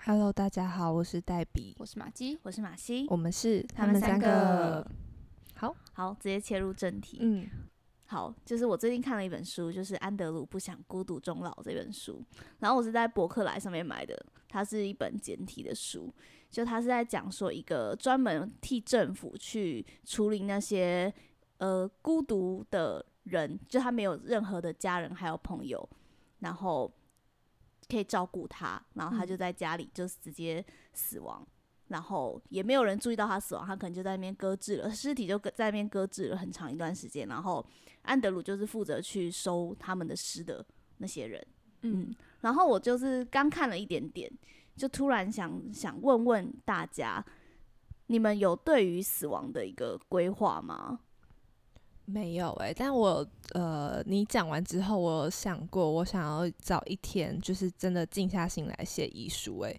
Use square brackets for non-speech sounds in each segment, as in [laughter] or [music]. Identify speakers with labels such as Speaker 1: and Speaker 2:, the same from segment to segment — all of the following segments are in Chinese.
Speaker 1: Hello，大家好，我是黛比，
Speaker 2: 我是
Speaker 1: [laughs]
Speaker 2: 马姬，
Speaker 3: 我是马西。
Speaker 1: 我们是
Speaker 3: 他们三个。
Speaker 1: 好，
Speaker 3: 好，直接切入正题。
Speaker 1: 嗯，
Speaker 3: 好，就是我最近看了一本书，就是《安德鲁不想孤独终老》这本书，然后我是在博客来上面买的，它是一本简体的书，就它是在讲说一个专门替政府去处理那些呃孤独的人，就他没有任何的家人还有朋友，然后可以照顾他，然后他就在家里就直接死亡。然后也没有人注意到他死亡，他可能就在那边搁置了，尸体就搁在那边搁置了很长一段时间。然后安德鲁就是负责去收他们的尸的那些人。
Speaker 2: 嗯
Speaker 3: 嗯，然后我就是刚看了一点点，就突然想想问问大家，你们有对于死亡的一个规划吗？
Speaker 1: 没有哎、但我呃，你讲完之后，我有想过，我想要找一天，就是真的静下心来写遗书哎、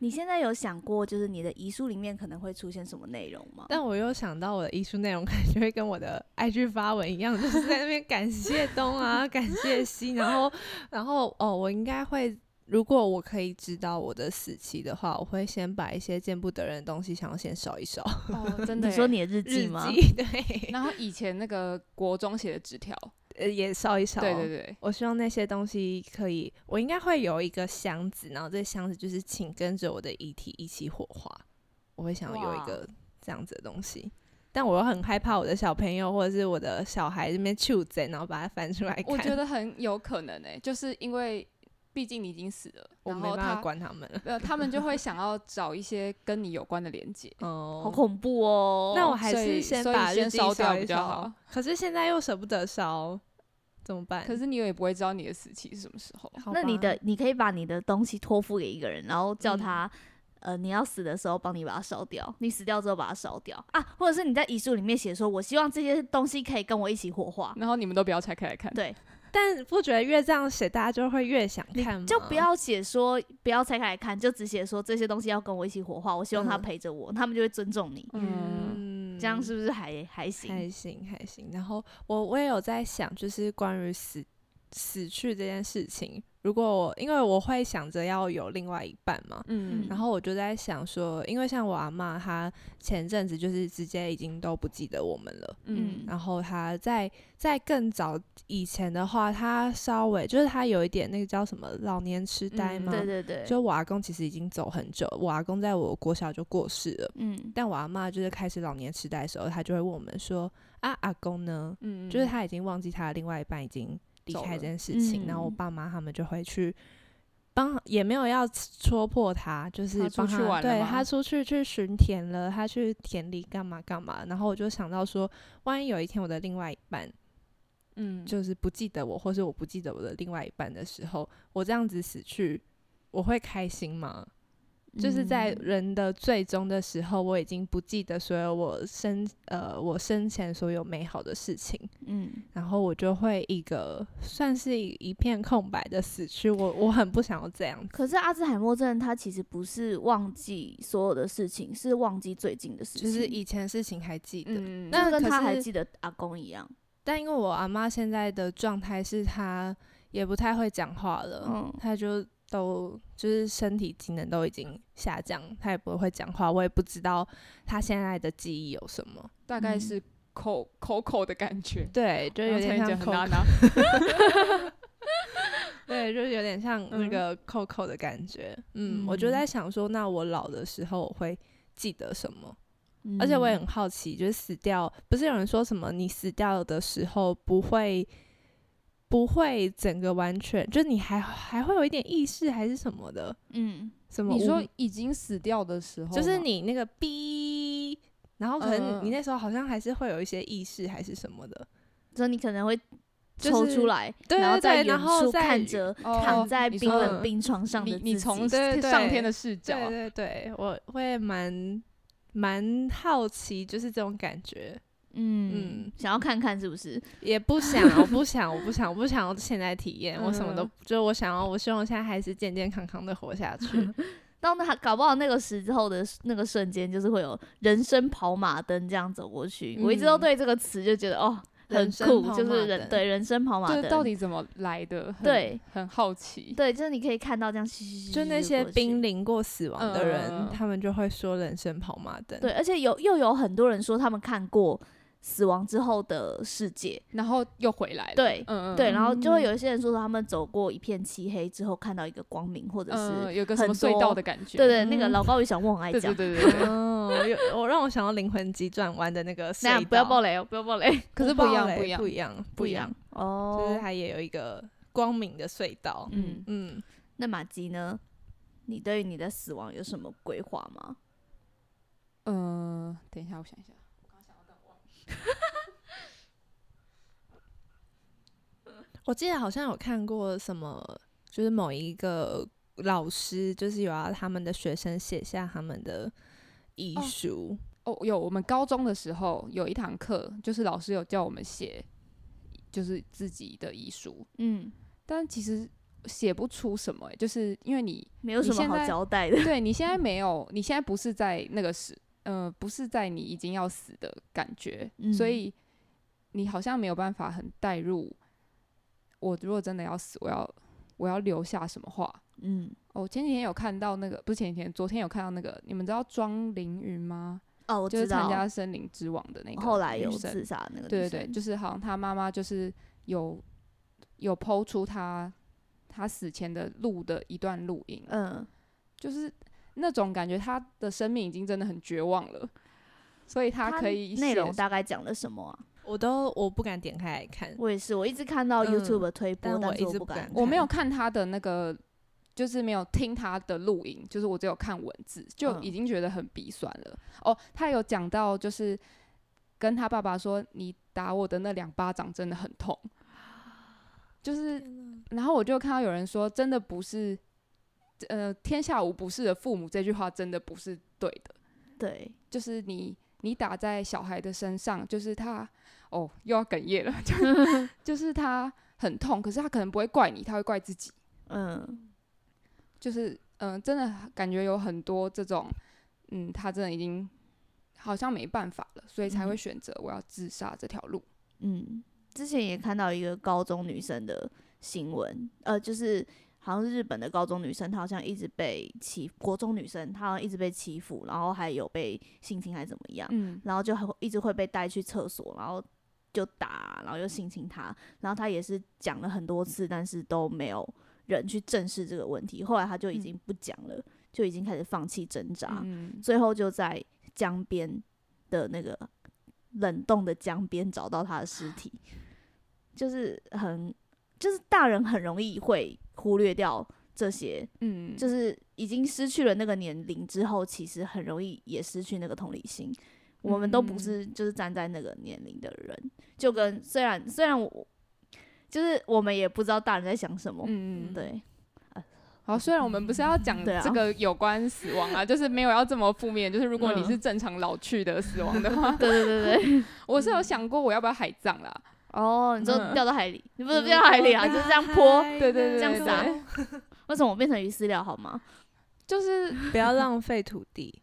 Speaker 3: 你现在有想过，就是你的遗书里面可能会出现什么内容吗？
Speaker 1: 但我又想到我的遗书内容，感觉会跟我的 [laughs] IG 发文一样，就是在那边感谢东啊，感谢西，然后，然后哦，我应该会，如果我可以知道我的死期的话，我会先把一些见不得人的东西想要先烧一烧。
Speaker 2: 哦，真的
Speaker 3: 你
Speaker 2: 耶。
Speaker 3: 说你的日
Speaker 1: 日
Speaker 3: 记吗？
Speaker 1: 记 [laughs] 对，
Speaker 2: 然后以前那个国中写的纸
Speaker 1: [laughs]
Speaker 2: 条，
Speaker 1: 呃，也烧一烧。
Speaker 2: 对对对，
Speaker 1: 我希望那些东西可以，我应该会有一个箱子，然后这箱子就是请跟着我的遗体一起火化。我会想要有一
Speaker 2: 哇
Speaker 1: 个这样子的东西，但我又很害怕我的小朋友或者是我的小孩这边去贼，然后把它翻出来看。
Speaker 2: 我觉得很有可能诶、就是因为毕竟你已经死了，
Speaker 1: 我
Speaker 2: 然
Speaker 1: 没
Speaker 2: 后
Speaker 1: 办法
Speaker 2: 他
Speaker 1: 管他们
Speaker 2: [laughs]
Speaker 1: 了。
Speaker 2: 呃，他们就会想要找一些跟你有关的连接。
Speaker 1: 哦
Speaker 3: 好恐怖哦！
Speaker 1: 那 [laughs] 我还
Speaker 2: 所
Speaker 1: 是
Speaker 2: 以所以
Speaker 1: 把日
Speaker 2: 先
Speaker 1: 记
Speaker 2: 烧掉
Speaker 1: 一
Speaker 2: 比较
Speaker 1: 烧
Speaker 2: 好。
Speaker 1: 可是现在又舍不得烧，怎么办？
Speaker 2: 可是你也不会知道你的死期是什么时候。
Speaker 1: 好
Speaker 3: 那你
Speaker 1: 吧
Speaker 3: 的你可以把你的东西托付给一个人，然后叫
Speaker 1: 嗯
Speaker 3: 他，呃，你要死的时候帮你把它烧掉，你死掉之后把它烧掉啊，或者是你在遗书里面写说，我希望这些东西可以跟我一起火化，
Speaker 2: 然后你们都不要拆开来看。
Speaker 3: 对，
Speaker 1: 但不觉得越这样写，大家就会越想看吗？
Speaker 3: 就不要写说不要拆开来看，就只写说这些东西要跟我一起火化，我希望他
Speaker 1: 嗯
Speaker 3: 陪着我，他们就会尊重你，
Speaker 2: 嗯，
Speaker 1: 嗯
Speaker 3: 这样是不是还还行？
Speaker 1: 还行还行。然后我我也有在想，就是关于死死去这件事情，如果我因为我会想着要有另外一半嘛，
Speaker 2: 嗯，
Speaker 1: 然后我就在想说，因为像我阿妈，她前阵子就是直接已经都不记得我们了。
Speaker 2: 嗯
Speaker 3: 嗯
Speaker 1: 然后她在在更早以前的话，她稍微就是她有一点那个叫什么老年痴呆
Speaker 2: 嗯
Speaker 1: 吗？
Speaker 3: 对对对，
Speaker 1: 就我阿公其实已经走很久，我阿公在我国小就过世了。
Speaker 3: 嗯，
Speaker 1: 但我阿妈就是开始老年痴呆的时候，她就会问我们说：“啊，阿公呢？
Speaker 2: 嗯，
Speaker 1: 就是他已经忘记他的另外一半已经离
Speaker 2: 走
Speaker 1: 开
Speaker 2: 了
Speaker 1: 这件事情，
Speaker 3: 嗯
Speaker 1: 然后我爸妈他们就会去帮，也没有要戳破他，就是
Speaker 2: 他出
Speaker 1: 帮
Speaker 2: 去玩了
Speaker 1: 对
Speaker 2: 吗
Speaker 1: 他出去去巡田了，他去田里干嘛干嘛。然后我就想到说，万一有一天我的另外一半
Speaker 2: 嗯，
Speaker 1: 就是不记得我，或是我不记得我的另外一半的时候，我这样子死去，我会开心吗？就是在
Speaker 3: 嗯
Speaker 1: 人的最终的时候，我已经不记得所有我生呃我生前所有美好的事情，
Speaker 3: 嗯
Speaker 1: 然后我就会一个算是一一片空白的死去。我我很不想要这样子，
Speaker 3: 可是阿兹海默症，它其实不是忘记所有的事情，是忘记最近的事情，
Speaker 1: [laughs] 就是以前事情还记得，
Speaker 2: 嗯，
Speaker 1: 那
Speaker 3: 就跟
Speaker 1: 可
Speaker 3: 他还
Speaker 1: 是
Speaker 3: 记得阿公一样。
Speaker 1: 但因为我阿妈现在的状态是她也不太会讲话了，
Speaker 3: 嗯
Speaker 1: 她就都就是身体机能都已经下降，她也不会讲话，我也不知道她现在的记忆有什么。
Speaker 2: 大概是口口口的感觉，
Speaker 1: 对，嗯就有
Speaker 2: 然后
Speaker 1: 点
Speaker 2: 才
Speaker 1: 像
Speaker 2: 讲
Speaker 1: 口
Speaker 2: 很娜娜。
Speaker 1: [laughs] 对，就是有点像那
Speaker 2: 嗯
Speaker 1: 个 Coco 的感觉。嗯，我就
Speaker 3: 嗯
Speaker 1: 在想说，那我老的时候我会记得什么？ [laughs] 而且我也
Speaker 3: 嗯
Speaker 1: 很好奇，就是死掉，不是有人说什么你死掉的时候不会不会整个完全，就是你还还会有一点意识还是什么的？
Speaker 3: 嗯，
Speaker 1: 什么无？
Speaker 2: 你说已经死掉的时候吗，
Speaker 1: 就是你那个哔，然后可
Speaker 2: 嗯
Speaker 1: 能
Speaker 2: 嗯
Speaker 1: 你那时候好像还是会有一些意识还是什么的。
Speaker 3: 所以你可能会
Speaker 1: 就
Speaker 3: 抽
Speaker 1: 是
Speaker 3: 出来，
Speaker 1: 对
Speaker 3: 然后
Speaker 1: 对
Speaker 3: 在
Speaker 1: 对然
Speaker 3: 远
Speaker 1: 后
Speaker 3: 处
Speaker 1: 在
Speaker 3: 看
Speaker 1: 远
Speaker 3: 着
Speaker 2: 哦
Speaker 3: 躺在
Speaker 2: 你
Speaker 3: 冰
Speaker 2: 说
Speaker 3: 冷冰床上的
Speaker 2: 你
Speaker 3: 自己。
Speaker 2: 你从
Speaker 1: 对对
Speaker 2: 上天的视角
Speaker 1: 对
Speaker 2: 啊，
Speaker 1: 对对，我会蛮蛮好奇，就是这种感觉。
Speaker 3: 嗯
Speaker 1: 嗯
Speaker 3: 想要看看是不是？
Speaker 1: 也不想，我不想，我不想，我不想要现在体验，我什么都
Speaker 2: 嗯，
Speaker 1: 就是我想要，我希望我现在还是健健康康的活下去。
Speaker 3: 当他搞不好那个时候的那个瞬间，就是会有人生跑马灯这样走过去。我一直都
Speaker 1: 嗯
Speaker 3: 对这个词就觉得哦，很
Speaker 1: 人生
Speaker 3: 酷，
Speaker 1: 跑
Speaker 3: 就
Speaker 1: 马
Speaker 3: 是人
Speaker 1: 灯
Speaker 3: 对人生跑马
Speaker 2: 这
Speaker 3: 灯，
Speaker 2: 个到底怎么来的？很
Speaker 3: 对，
Speaker 2: 很好奇。
Speaker 3: 对，就是你可以看到这样嘘嘘嘘，
Speaker 1: 就那些濒临过死亡的人，
Speaker 2: 嗯
Speaker 1: 他们就会说人生跑马灯。
Speaker 3: 对，，而且有又有很多人说他们看过死亡之后的世界，
Speaker 2: 然后又回来了。
Speaker 3: 对
Speaker 2: 嗯嗯，
Speaker 3: 对，
Speaker 2: 嗯
Speaker 3: 然后就会有一些人说他们走过一片漆黑之后看到一个光明，或者是、
Speaker 2: 嗯，有个什么
Speaker 3: 很多
Speaker 2: 隧道的感觉。
Speaker 3: 对对，那个
Speaker 1: 嗯
Speaker 3: 老高与小莫很爱
Speaker 2: 对
Speaker 3: 讲
Speaker 2: 对。对
Speaker 1: [laughs]
Speaker 2: 对对。
Speaker 1: 嗯，有我让我想到灵魂急转弯的那个隧
Speaker 3: 那
Speaker 1: 道，
Speaker 3: 样不要暴雷哦，不要暴雷，
Speaker 1: 不
Speaker 2: 可是不一样
Speaker 1: 暴
Speaker 2: 不一
Speaker 1: 雷
Speaker 2: 样
Speaker 1: 不一样，不一样，就是
Speaker 3: 哦。
Speaker 1: 它也有一个光明的隧道。
Speaker 2: 嗯，
Speaker 1: 嗯，
Speaker 3: 那马吉呢？你对于你的死亡有什么规划吗？
Speaker 2: 嗯，等一下，我想一下。
Speaker 1: 我记得好像有看过什么，就是某一个老师，就是有要他们的学生写下他们的遗
Speaker 2: 哦
Speaker 1: 书。
Speaker 2: 哦，有我们高中的时候有一堂课，就是老师有叫我们写，就是自己的遗书，
Speaker 3: 嗯，
Speaker 2: 但其实写不出什么、欸，就是因为你
Speaker 3: 没有
Speaker 2: 你
Speaker 3: 什么
Speaker 2: 现
Speaker 3: 好
Speaker 2: 在
Speaker 3: 交代的。
Speaker 2: 对你现在没有，你现在不是在那个时，呃，不是在你已经要死的感觉，所
Speaker 3: 嗯
Speaker 2: 以你好像没有办法很带入。我如果真的要死，我要我要留下什么话？
Speaker 3: 嗯，
Speaker 2: 哦，我前几天有看到那个，不是前几天，昨天有看到那个，你们知道庄凌云吗？
Speaker 3: 哦，我
Speaker 2: 就
Speaker 3: 知
Speaker 2: 是参
Speaker 3: 道。
Speaker 2: 加森林之王的那个
Speaker 3: 后来有
Speaker 2: 女生
Speaker 3: 自杀那个，
Speaker 2: 对对对，就是是好像他妈妈就是有有剖出他他死前的录的一段录音，
Speaker 3: 嗯，
Speaker 2: 就是那种感觉，他的生命已经真的很绝望了，所以他可以写
Speaker 3: 内容大概讲了什么啊？
Speaker 1: 我都我不敢点开来看，
Speaker 3: 我也是，我一直看到
Speaker 1: 嗯
Speaker 3: YouTube 推播，
Speaker 1: 但
Speaker 3: 但
Speaker 1: 我
Speaker 3: 是
Speaker 1: 一直
Speaker 3: 不
Speaker 1: 不
Speaker 3: 敢
Speaker 1: 敢。
Speaker 2: 我没有看他的那个，就是没有听他的录音，就是我只有看文字，就
Speaker 3: 嗯
Speaker 2: 已经觉得很鼻酸了。哦，他有讲到就是跟他爸爸说，你打我的那两巴掌真的很痛，就是，然后我就看到有人说，真的不是。呃，天下无不是的父母这句话真的不是对的，
Speaker 3: 对，
Speaker 2: 就是你你打在小孩的身上，就是他哦又要哽咽了， [laughs] 就
Speaker 3: [laughs]
Speaker 2: 就是他很痛，可是他可能不会怪你，他会怪自己。
Speaker 3: 嗯，
Speaker 2: 就是嗯、呃真的感觉有很多这种，嗯，他真的已经好像没办法了，所以才会
Speaker 3: 嗯
Speaker 2: 选择我要自杀这条路。
Speaker 3: 嗯，之前也看到一个高中女生的新闻，呃，就是好像是日本的高中女生，她好像一直被欺，国中女生她好像一直被欺负，然后还有被性侵还怎么样，
Speaker 2: 嗯，
Speaker 3: 然后就还会一直会被带去厕所，然后就打，然后又性侵她，然后她也是讲了很多次，但是都没有人去正视这个问题，后来她就已
Speaker 2: 嗯
Speaker 3: 经不讲了，就已经开始放弃挣扎，
Speaker 2: 嗯，
Speaker 3: 最后就在江边的那个冷冻的江边找到他的尸体，就是很，就是大人很容易会忽略掉这些，
Speaker 2: 嗯，
Speaker 3: 就是已经失去了那个年龄之后，其实很容易也失去那个同理心。我们都不
Speaker 2: 嗯
Speaker 3: 是就是站在那个年龄的人，就跟虽然虽然我就是我们也不知道大人在想什么，
Speaker 2: 嗯，嗯。
Speaker 3: 对，
Speaker 2: 好，虽然我们不是要讲
Speaker 3: 对啊
Speaker 2: 这个有关死亡啊，就是没有要这么负面，就是如果你
Speaker 3: 嗯
Speaker 2: 是正常老去的死亡的
Speaker 3: [laughs]，
Speaker 2: 话
Speaker 3: 对对对对，
Speaker 2: 我是有
Speaker 3: 嗯
Speaker 2: 想过我要不要海葬啦。
Speaker 3: 哦，你说
Speaker 2: 嗯
Speaker 3: 掉到海里，你不是掉到海里
Speaker 1: 嗯
Speaker 3: 啊，就是这样泼，
Speaker 2: 对对对
Speaker 3: 这样
Speaker 2: 对
Speaker 3: 撒
Speaker 1: [laughs]
Speaker 2: 对
Speaker 3: 为什么我变成鱼饲料好吗？
Speaker 2: 就是
Speaker 1: 不 [laughs] 要浪费土地。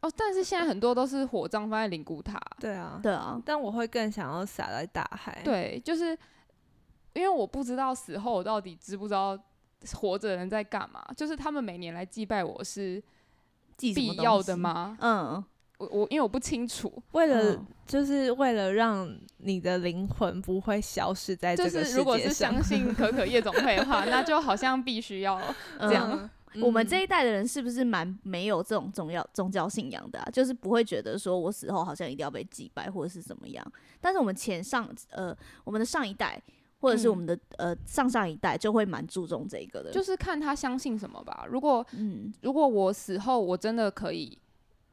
Speaker 2: 哦，但是现在很多都是火葬放在灵骨塔，
Speaker 1: 对啊，
Speaker 3: 对啊，
Speaker 1: 但我会更想要撒在大海。，
Speaker 2: 对，就是因为我不知道死后我到底知不知道活着的人在干嘛。就是他们每年来祭拜我是
Speaker 3: 记什么
Speaker 2: 必
Speaker 3: 东
Speaker 2: 要的
Speaker 3: 西？
Speaker 2: 吗？
Speaker 3: 嗯，
Speaker 2: 我我因为我不清楚，
Speaker 1: 为了、
Speaker 3: 嗯
Speaker 1: 就是为了让你的灵魂不会消失在这
Speaker 2: 就
Speaker 1: 个
Speaker 2: 是
Speaker 1: 世
Speaker 2: 如果是
Speaker 1: 界上。
Speaker 2: 相信可可夜总会的话，那就好像必须要这样。
Speaker 3: 嗯我们
Speaker 1: 嗯
Speaker 3: 这一代的人是不是蛮没有这种重要宗教信仰的、啊？就是不会觉得说我死后好像一定要被祭拜或者是怎么样。但是我们前上呃，我们的上一代或者是我们的、呃上上一代就会蛮注重这个的，
Speaker 2: 就是看他相信什么吧。如果
Speaker 3: 嗯
Speaker 2: 如果我死后我真的可以，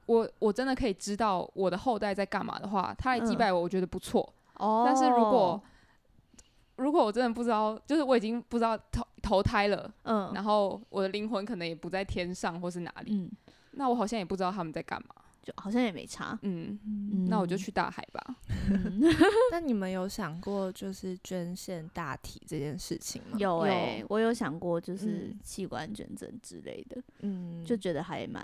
Speaker 2: 我我真的可以知道我的后代在干嘛的话，他来祭
Speaker 3: 嗯
Speaker 2: 拜我，我觉得不错。
Speaker 3: 哦
Speaker 2: 但是如果如果我真的不知道，就是我已经不知道投投胎了，
Speaker 3: 嗯
Speaker 2: 然后我的灵魂可能也不在天上或是哪里，
Speaker 3: 嗯，
Speaker 2: 那我好像也不知道他们在干嘛。
Speaker 3: 就好像也没差。
Speaker 2: 嗯，
Speaker 3: 嗯
Speaker 2: 那我就去大海吧。 [laughs]
Speaker 3: 嗯
Speaker 1: [laughs] 那你们有想过就是捐献大体这件事情吗？，
Speaker 3: 有哎、
Speaker 2: 有
Speaker 3: 我有想过就是
Speaker 1: 嗯
Speaker 3: 器官捐赠之类的，
Speaker 1: 嗯，
Speaker 3: 就觉得还蛮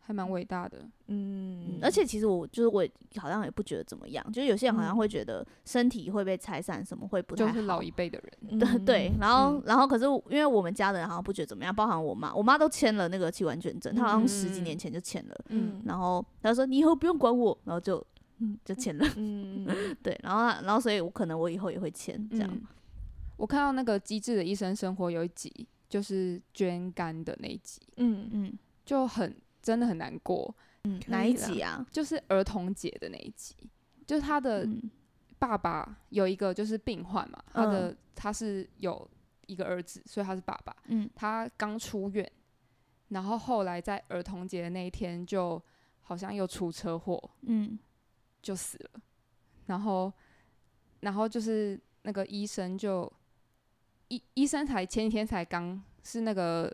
Speaker 2: 还蛮伟大的。
Speaker 1: 嗯
Speaker 3: 嗯，而且其实我就是我好像也不觉得怎么样，就是有些人好像会觉得身体会被拆散，什么会不
Speaker 2: 嗯
Speaker 3: 太
Speaker 2: 就
Speaker 3: 好。
Speaker 2: 是老一辈的人，
Speaker 3: 对对，然后
Speaker 2: 嗯
Speaker 3: 然后可是因为我们家的人好像不觉得怎么样，包含我妈，我妈都签了那个器官捐赠，她好像十几
Speaker 2: 嗯
Speaker 3: 年前就签了，
Speaker 1: 嗯
Speaker 3: 然后她说你以后不用管我，然后就嗯就签了，
Speaker 1: 嗯嗯
Speaker 3: [laughs] 对，然后她然后所以我可能我以后也会签这样，
Speaker 2: 嗯我看到那个《机智的医生生活》有一集，就是捐肝的那一集，
Speaker 1: 嗯嗯
Speaker 3: 嗯
Speaker 2: 就很真的很难过，
Speaker 3: 嗯，
Speaker 1: 可
Speaker 3: 哪
Speaker 1: 以
Speaker 3: 一
Speaker 1: 啦
Speaker 3: 集啊？
Speaker 2: 就是儿童节的那一集，就是他的
Speaker 3: 嗯
Speaker 2: 爸爸有一个就是病患嘛，他
Speaker 3: 嗯
Speaker 2: 的他是有一个儿子，所以他是爸爸，
Speaker 3: 嗯
Speaker 2: 他刚出院，然后后来在儿童节的那一天就好像又出车祸，
Speaker 3: 嗯
Speaker 2: 就死了。然后，然后就是那个医生就医医生才前几天才刚是那个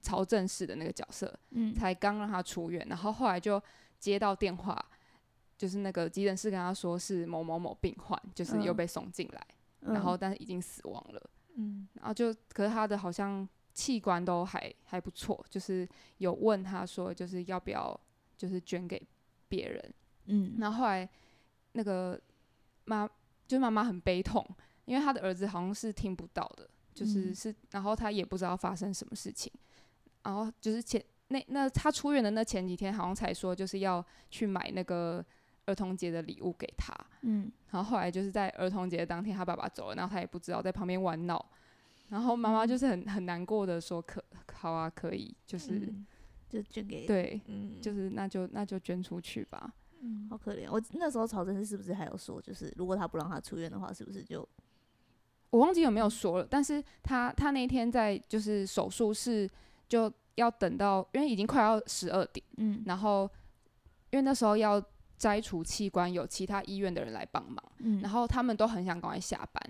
Speaker 2: 曹正式的那个角色，
Speaker 3: 嗯
Speaker 2: 才刚让他出院，然后后来就接到电话，就是那个急诊室跟他说是某某某病患，就是又
Speaker 3: 嗯
Speaker 2: 被送进来，
Speaker 3: 嗯，
Speaker 2: 然后但是已经死亡了。
Speaker 1: 嗯
Speaker 2: 然后就可是他的好像器官都还还不错，就是有问他说就是要不要就是捐给别人，
Speaker 3: 嗯
Speaker 2: 然后后来那个妈就是妈妈很悲痛，因为她的儿子好像是听不到的，就是
Speaker 3: 嗯
Speaker 2: 是，然后她也不知道发生什么事情，然后就是前那那她出院的那前几天好像才说就是要去买那个儿童节的礼物给她，
Speaker 3: 嗯
Speaker 2: 然后后来就是在儿童节当天，她爸爸走了，然后她也不知道在旁边玩闹。然后妈妈就是很很难过的说可好啊可以就是、
Speaker 3: 就捐给
Speaker 2: 对
Speaker 1: 嗯，
Speaker 2: 就是那就那就捐出去吧，
Speaker 1: 嗯
Speaker 3: 好可怜，我那时候曹真是不是还有说，就是如果他不让他出院的话，是不是就
Speaker 2: 我忘记有没有说了，但是他他那天在就是手术室就要等到，因为已经快要十二点，
Speaker 3: 嗯
Speaker 2: 然后因为那时候要摘除器官，有其他医院的人来帮忙，
Speaker 3: 嗯
Speaker 2: 然后他们都很想赶快下班，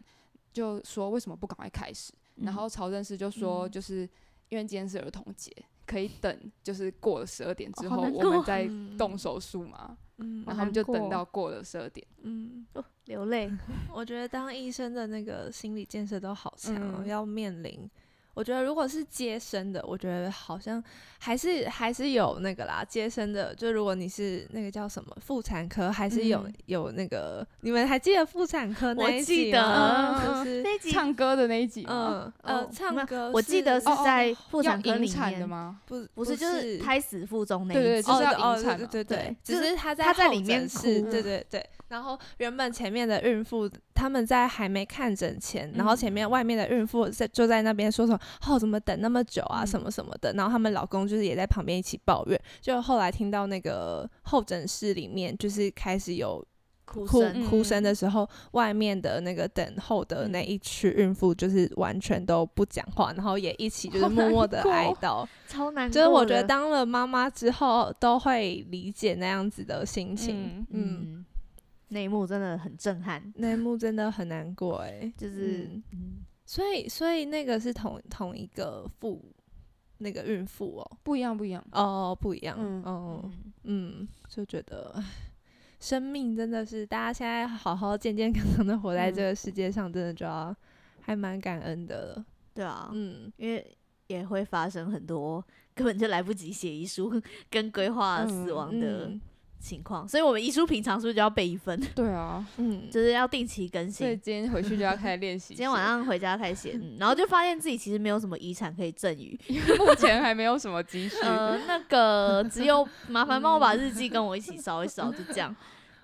Speaker 2: 就说为什么不赶快开始？然后曹正师就说，
Speaker 3: 嗯
Speaker 2: 就是因为今天是儿童节，可以等就是过了十二点之
Speaker 3: 哦
Speaker 2: 后
Speaker 3: 好难
Speaker 2: 我
Speaker 3: 过
Speaker 2: 们再
Speaker 1: 嗯
Speaker 2: 动手术嘛，
Speaker 1: 嗯
Speaker 2: 然后他们就
Speaker 3: 难
Speaker 2: 等
Speaker 3: 过
Speaker 2: 到过了十二点。
Speaker 1: 嗯。
Speaker 3: 哦流泪，
Speaker 1: 我觉得当医生的那个心理建设都好强、哦，
Speaker 2: 嗯
Speaker 1: 要面临。我觉得如果是接生的，我觉得好像还是还是有那个啦，接生的。就如果你是那个叫什么妇产科，还是有、
Speaker 2: 嗯
Speaker 1: 有那个，你们还记得妇产科那
Speaker 3: 我
Speaker 1: 一
Speaker 3: 记
Speaker 1: 集
Speaker 3: 得
Speaker 1: 吗？
Speaker 2: 嗯嗯嗯
Speaker 1: 就是
Speaker 3: 那一集
Speaker 2: 唱歌的那一集吗，
Speaker 1: 嗯呃
Speaker 3: 哦没
Speaker 1: 唱
Speaker 3: 有
Speaker 1: 歌是，
Speaker 3: 我记得是
Speaker 2: 哦哦
Speaker 3: 在妇
Speaker 2: 要
Speaker 3: 产科
Speaker 2: 引
Speaker 3: 里
Speaker 2: 产的
Speaker 3: 面？
Speaker 2: 吗？
Speaker 1: 不
Speaker 3: 不是，就是胎死腹中那
Speaker 2: 对
Speaker 3: 一
Speaker 2: 对
Speaker 3: 集。
Speaker 2: 就
Speaker 1: 哦
Speaker 2: 是要
Speaker 1: 对哦
Speaker 2: 引产
Speaker 1: 对
Speaker 2: 嘛
Speaker 1: 对对
Speaker 3: 对，
Speaker 1: 只
Speaker 3: 就是
Speaker 1: 是他
Speaker 3: 他在
Speaker 1: 后
Speaker 3: 里
Speaker 1: 诊
Speaker 3: 面
Speaker 1: 室
Speaker 3: 哭嗯
Speaker 1: 对对对。然后原本前面的孕妇他们在还没看诊前，然后前
Speaker 2: 嗯
Speaker 1: 面外面的孕妇在就在那边说什么哦怎么等那么久啊
Speaker 2: 嗯
Speaker 1: 什么什么的，然后他们老公就是也在旁边一起抱怨，就后来听到那个候诊室里面就是开始有
Speaker 3: 哭
Speaker 1: 哭
Speaker 2: 嗯
Speaker 3: 声
Speaker 1: 哭声的时候，外面的那个等候的
Speaker 2: 嗯
Speaker 1: 那一区孕妇就是完全都不讲话，然后也一起就是
Speaker 2: [laughs] 好
Speaker 1: 默
Speaker 2: 难
Speaker 1: 默的
Speaker 2: 过
Speaker 1: 哀悼。
Speaker 3: 超难过的。
Speaker 1: 就是我觉得当了妈妈之后，都会理解那样子的心情。嗯，
Speaker 3: 嗯，那一幕真的很震撼，
Speaker 1: 那一幕真的很难过哎、
Speaker 3: 就是
Speaker 1: 嗯
Speaker 3: 嗯
Speaker 1: 所以，所以那个是同同一个妇，那个孕妇哦，
Speaker 2: 不一样，不一样。
Speaker 1: 哦，不一样，
Speaker 2: 嗯
Speaker 1: 哦，
Speaker 3: 嗯
Speaker 1: 嗯，就觉得唉生命真的是大家现在好好健健康康的活在这个世界上，真的就要还蛮感恩的了。
Speaker 3: 对啊，
Speaker 1: 嗯，
Speaker 3: 因为也会发生很多根本就来不及写遗书跟规划死亡的
Speaker 1: 嗯
Speaker 3: 情况，所以我们遗书平常是不是就要备一份， [laughs]
Speaker 2: 对啊，
Speaker 1: 嗯，
Speaker 3: 就是要定期更
Speaker 2: 所以
Speaker 3: 新。
Speaker 2: 今天回去就要开始练习。
Speaker 3: 今天 [laughs] 晚上回家开始写，嗯然后就发现自己其实没有什么遗产可以赠予，
Speaker 2: 目前还没有什么积蓄。
Speaker 3: [laughs] 呃，那个只有麻烦帮我把日记跟我一起扫一扫，就这 [laughs] 样。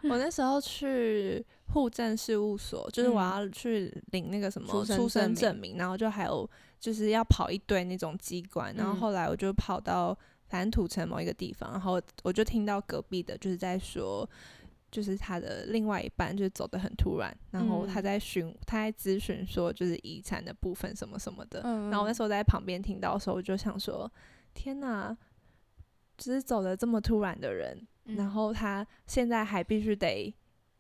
Speaker 1: [laughs] 我那时候去户政事务所，就是我
Speaker 2: 嗯
Speaker 1: 要去领那个什么
Speaker 2: 出生
Speaker 1: 出生
Speaker 2: 证
Speaker 1: 证明，然后就还有就是要跑一堆那种机关，然后
Speaker 2: 嗯
Speaker 1: 后来我就跑到反正土城某一个地方，然后我就听到隔壁的就是在说。就是他的另外一半，就是走得很突然，然后他
Speaker 2: 嗯
Speaker 1: 在询，他在咨询说就是遗产的部分什么什么的，
Speaker 2: 嗯
Speaker 1: 然后我那时候在旁边听到的时候，我就想说：天哪，就是走的这么突然的人，然后他现在还必须得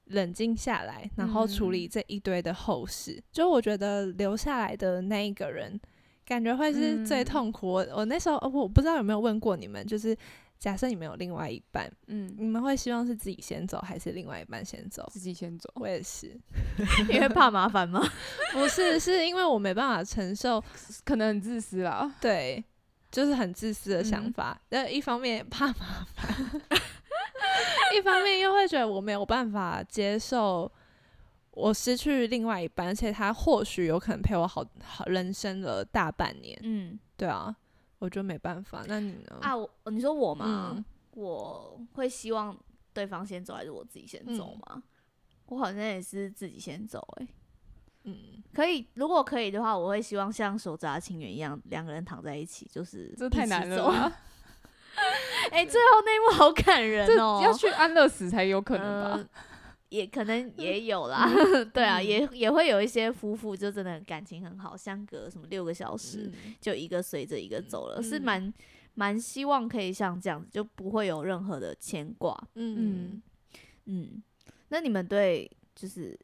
Speaker 1: 冷静下来，然后处理这一堆的后事。就我觉得留下来的那一个人，感觉会是最
Speaker 2: 嗯
Speaker 1: 痛苦。我我那时候呃我不知道有没有问过你们，就是假设你们有另外一半，
Speaker 2: 嗯，
Speaker 1: 你们会希望是自己先走，还是另外一半先走？
Speaker 2: 自己先走。
Speaker 3: [laughs]
Speaker 1: 我也 [laughs] 是，
Speaker 3: 因为怕麻烦吗？
Speaker 1: 不是是因为我没办法承受
Speaker 2: 可能很自私啦。
Speaker 1: 对，就是很自私的想
Speaker 2: 嗯
Speaker 1: 法。那、一方面怕麻烦， [laughs] 一方面又会觉得我没有办法接受我失去另外一半，而且他或许有可能陪我好好人生了大半年。
Speaker 3: 嗯
Speaker 1: 对啊，我就没办法。那你呢？
Speaker 3: 啊，我你说我吗？
Speaker 1: 嗯
Speaker 3: 我会希望对方先走，还是我自己先走吗？我好像也是自己先走、欸，
Speaker 1: 嗯，
Speaker 3: 可以，如果可以的话，我会希望像手札情缘一样，两个人躺在一起，就是
Speaker 2: 这太
Speaker 3: 一起
Speaker 2: 难了
Speaker 3: 走。啊
Speaker 2: 吧， [laughs]
Speaker 3: 哎、最后那一幕好感人
Speaker 2: 这
Speaker 3: 哦、
Speaker 2: 要去安乐死才有可能吧？
Speaker 3: 嗯也
Speaker 1: [laughs]
Speaker 3: 可能也有啦，
Speaker 1: 嗯
Speaker 3: [laughs] 对啊，也也会有一些夫妇就真的感情很好，相隔什么六个小时，
Speaker 1: 嗯
Speaker 3: 就一个随着一个走了，是
Speaker 1: 嗯
Speaker 3: 蛮蛮希望可以像这样子，就不会有任何的牵挂。
Speaker 1: 嗯，
Speaker 3: 嗯，那你们对就是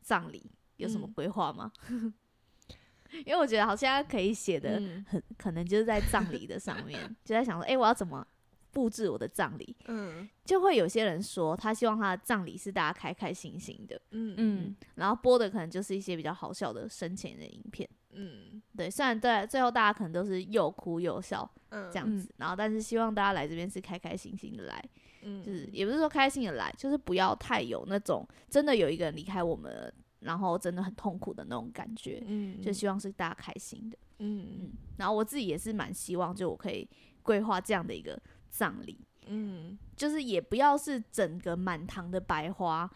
Speaker 3: 葬礼有什么
Speaker 1: 嗯
Speaker 3: 规划吗？ [laughs] 因为我觉得好像可以写的
Speaker 1: 嗯
Speaker 3: 很、可能就是在葬礼的上面，就在想说，哎、我要怎么布置我的葬礼？
Speaker 1: 嗯
Speaker 3: 就会有些人说，他希望他的葬礼是大家开开心心的，
Speaker 1: 嗯嗯
Speaker 2: 嗯，
Speaker 3: 然后播的可能就是一些比较好笑的生前的影片。
Speaker 1: 嗯
Speaker 3: 对，虽然对最后大家可能都是又哭又笑
Speaker 1: 嗯，
Speaker 3: 这样子，然后但是希望大家来这边是开开心心的来，
Speaker 1: 嗯
Speaker 3: 就是也不是说开心的来，就是不要太有那种真的有一个人离开我们，然后真的很痛苦的那种感觉，
Speaker 1: 嗯
Speaker 3: 就希望是大家开心的。
Speaker 1: 嗯
Speaker 3: 然后我自己也是蛮希望，就我可以规划这样的一个葬礼，
Speaker 1: 嗯
Speaker 3: 就是也不要是整个满堂的白花，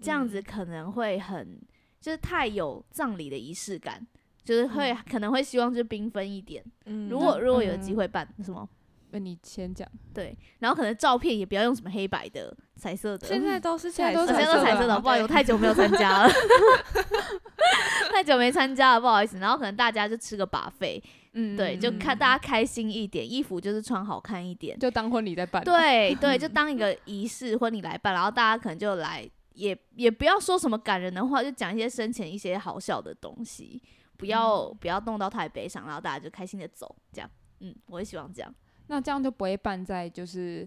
Speaker 3: 这样
Speaker 2: 嗯
Speaker 3: 子可能会很就是太有葬礼的仪式感。就是会、可能会希望就缤纷一点，
Speaker 1: 嗯，
Speaker 3: 如果如果有
Speaker 2: 嗯嗯
Speaker 3: 机会办什么，
Speaker 2: 那你先讲，
Speaker 3: 对，然后可能照片也不要用什么黑白的、彩色的，
Speaker 1: 现在都是
Speaker 2: 现在
Speaker 3: 我
Speaker 2: 都
Speaker 3: 现在
Speaker 2: 彩
Speaker 3: 都
Speaker 2: 色
Speaker 3: 彩
Speaker 2: 的
Speaker 3: 色的，
Speaker 2: 啊
Speaker 3: 不好意思，我
Speaker 1: 对
Speaker 3: 太久没有参加了，太久没参加了，不好意思。然后可能大家就吃个把费，
Speaker 2: 嗯
Speaker 3: 对，就看
Speaker 2: 家
Speaker 3: 大家开心一点，衣服就是穿好看一点，
Speaker 2: 就当婚礼在 [laughs] 办，，
Speaker 3: 对对，就当一个仪式婚礼来办，然后大家可能就来，也也不要说什么感人的话，就讲一些生前一些好笑的东西，不要
Speaker 2: 嗯
Speaker 3: 不要弄到太悲伤，然后大家就开心的走，这样，嗯，我也希望这样。
Speaker 2: 那这样就不会办在就是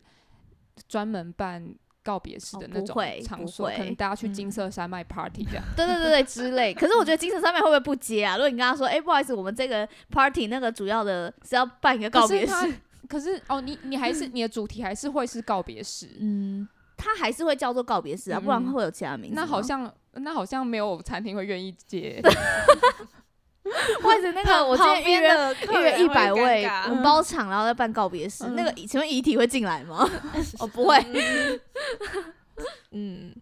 Speaker 2: 专门办。告别式
Speaker 3: 哦
Speaker 2: 的
Speaker 3: 不
Speaker 2: 那种
Speaker 3: 会
Speaker 2: 场
Speaker 3: 不
Speaker 2: 所，可
Speaker 3: 会
Speaker 2: 能大家去金色山脉 party 这样，
Speaker 3: 对对对对之类。可是我觉得精神上面会不会不接啊？如果你跟他说，哎、不好意思，我们这个 party 那个主要的是要办一个 [laughs] 告
Speaker 2: 可
Speaker 3: 别
Speaker 2: 是
Speaker 3: 式，
Speaker 2: 他， [laughs] 可是哦，你你还是你的主题还是会是告别式，
Speaker 3: [laughs] 嗯，他还是会叫做告别式啊，不然
Speaker 2: 嗯嗯
Speaker 3: 会有其他名字吗。
Speaker 2: 那好像那好像没有餐厅会愿意接，
Speaker 3: 或者 [laughs] 那个我今天预约
Speaker 1: [laughs] 的
Speaker 3: 预约一百位，我
Speaker 2: 嗯
Speaker 3: [laughs] 包场，然后再办告别式，
Speaker 2: 嗯
Speaker 3: 那个请问遗体会进来吗？ [laughs] 哦，不会，
Speaker 1: [laughs] 嗯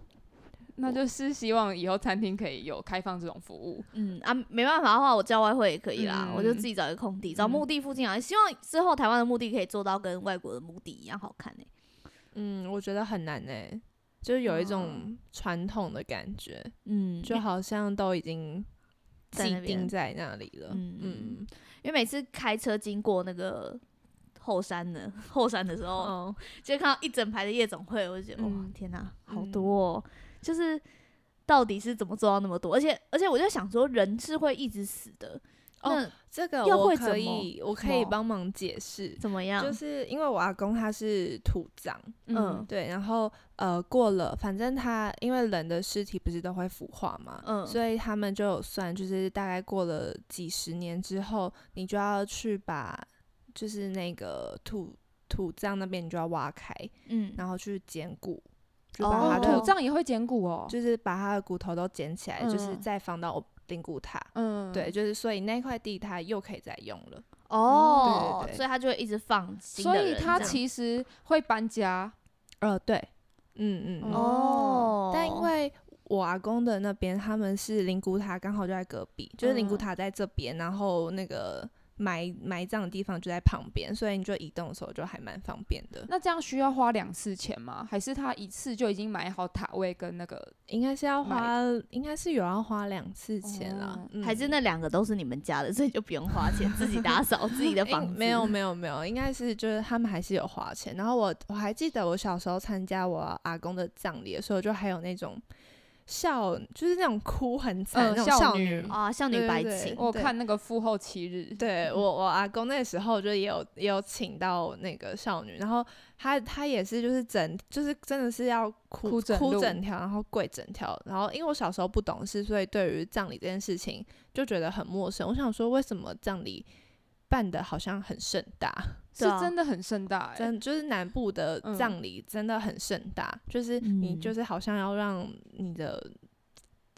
Speaker 2: 那就是希望以后餐厅可以有开放这种服务。
Speaker 3: 嗯啊，没办法的话，我叫外汇也可以啦，
Speaker 2: 嗯
Speaker 3: 我就自己找一个空地，找
Speaker 1: 嗯
Speaker 3: 墓地附近啊，希望之后台湾的墓地可以做到跟外国的墓地一样好看呢、欸
Speaker 1: 嗯，我觉得很难诶、就是有一
Speaker 3: 哦
Speaker 1: 种传统的感觉，
Speaker 3: 嗯，
Speaker 1: 就好像都已经
Speaker 3: 在那
Speaker 1: 既
Speaker 3: 边
Speaker 1: 定在那里了。
Speaker 3: 嗯
Speaker 1: 嗯，
Speaker 3: 因为每次开车经过那个后山的后山的时候，
Speaker 1: 哦，
Speaker 3: 就看到一整排的夜总会，我就觉得、哇
Speaker 2: 嗯，
Speaker 3: 天哪、好
Speaker 1: 嗯
Speaker 3: 多、哦！就是到底是怎么做到那么多？而且而且我就想说，人是会一直死的，
Speaker 1: 哦
Speaker 3: 那
Speaker 1: 这个
Speaker 3: 要
Speaker 1: 我
Speaker 3: 会
Speaker 1: 可
Speaker 3: 怎
Speaker 1: 以，我
Speaker 3: 怎
Speaker 1: 可以
Speaker 3: 么
Speaker 1: 帮忙解释，
Speaker 3: 怎么样？
Speaker 1: 就是因为我阿公他是土葬，
Speaker 3: 嗯
Speaker 1: 对，然后呃过了，反正他因为人的尸体不是都会腐化嘛，
Speaker 3: 嗯
Speaker 1: 所以他们就有算，就是大概过了几十年之后，你就要去把就是那个土土葬那边你就要挖开，
Speaker 3: 嗯，
Speaker 1: 然后去捡骨，就把他
Speaker 3: 哦
Speaker 1: 的、
Speaker 2: 土葬也会捡骨哦，
Speaker 1: 就是把他的骨头都捡起来，就是
Speaker 2: 嗯
Speaker 1: 再放到灵骨塔。
Speaker 2: 嗯，
Speaker 1: 对，，就是所以那块地它又可以再用了。
Speaker 3: 哦
Speaker 1: 对对对
Speaker 3: 所以他就会一直放新
Speaker 2: 所
Speaker 3: 的
Speaker 2: 以
Speaker 3: 人这
Speaker 2: 他
Speaker 3: 样，
Speaker 2: 其实会搬家，
Speaker 1: 呃，对，嗯嗯。嗯
Speaker 3: 哦，
Speaker 1: 但因为我阿公的那边他们是灵骨塔，刚好就在隔壁，就是灵骨
Speaker 3: 嗯
Speaker 1: 塔在这边，然后那个埋埋葬的地方就在旁边，所以你就移动的时候就还蛮方便的。
Speaker 2: 那这样需要花两次钱吗？还是他一次就已经买好塔位跟那个？
Speaker 1: 应该是要
Speaker 2: 买
Speaker 1: 花，应该是有要花两次钱啦，
Speaker 2: 哦
Speaker 1: 嗯
Speaker 3: 还是那两个都是你们家的，所以就不用花钱，自己打扫自己的
Speaker 1: 应
Speaker 3: 房
Speaker 2: [laughs]
Speaker 3: 子。
Speaker 1: 没有，没有没有，应该是就是他们还是有花钱。然后我我还记得我小时候参加我阿公的葬礼的时候，就还有那种少，就是那种哭很惨、
Speaker 2: 嗯
Speaker 1: 那种
Speaker 2: 少
Speaker 1: 少
Speaker 2: 女
Speaker 3: 啊，少女
Speaker 1: 对对
Speaker 3: 白
Speaker 1: 对
Speaker 3: 情，
Speaker 2: 我
Speaker 1: 嗯对
Speaker 2: 看那个《父后七日》，
Speaker 1: 对我，我阿公那时候就也有也有请到那个少女，然后她她也是就是整就是真的是要哭
Speaker 2: 哭整路
Speaker 1: 整条，然后跪整条，然后因为我小时候不懂事，所以对于葬礼这件事情就觉得很陌生。我想说为什么葬礼办的好像很盛大，
Speaker 2: 是
Speaker 3: 对啊
Speaker 2: 真的很盛大、欸，
Speaker 1: 真就是南部的
Speaker 2: 嗯
Speaker 1: 葬礼真的很盛大，就是你
Speaker 3: 嗯
Speaker 1: 就是好像要让你的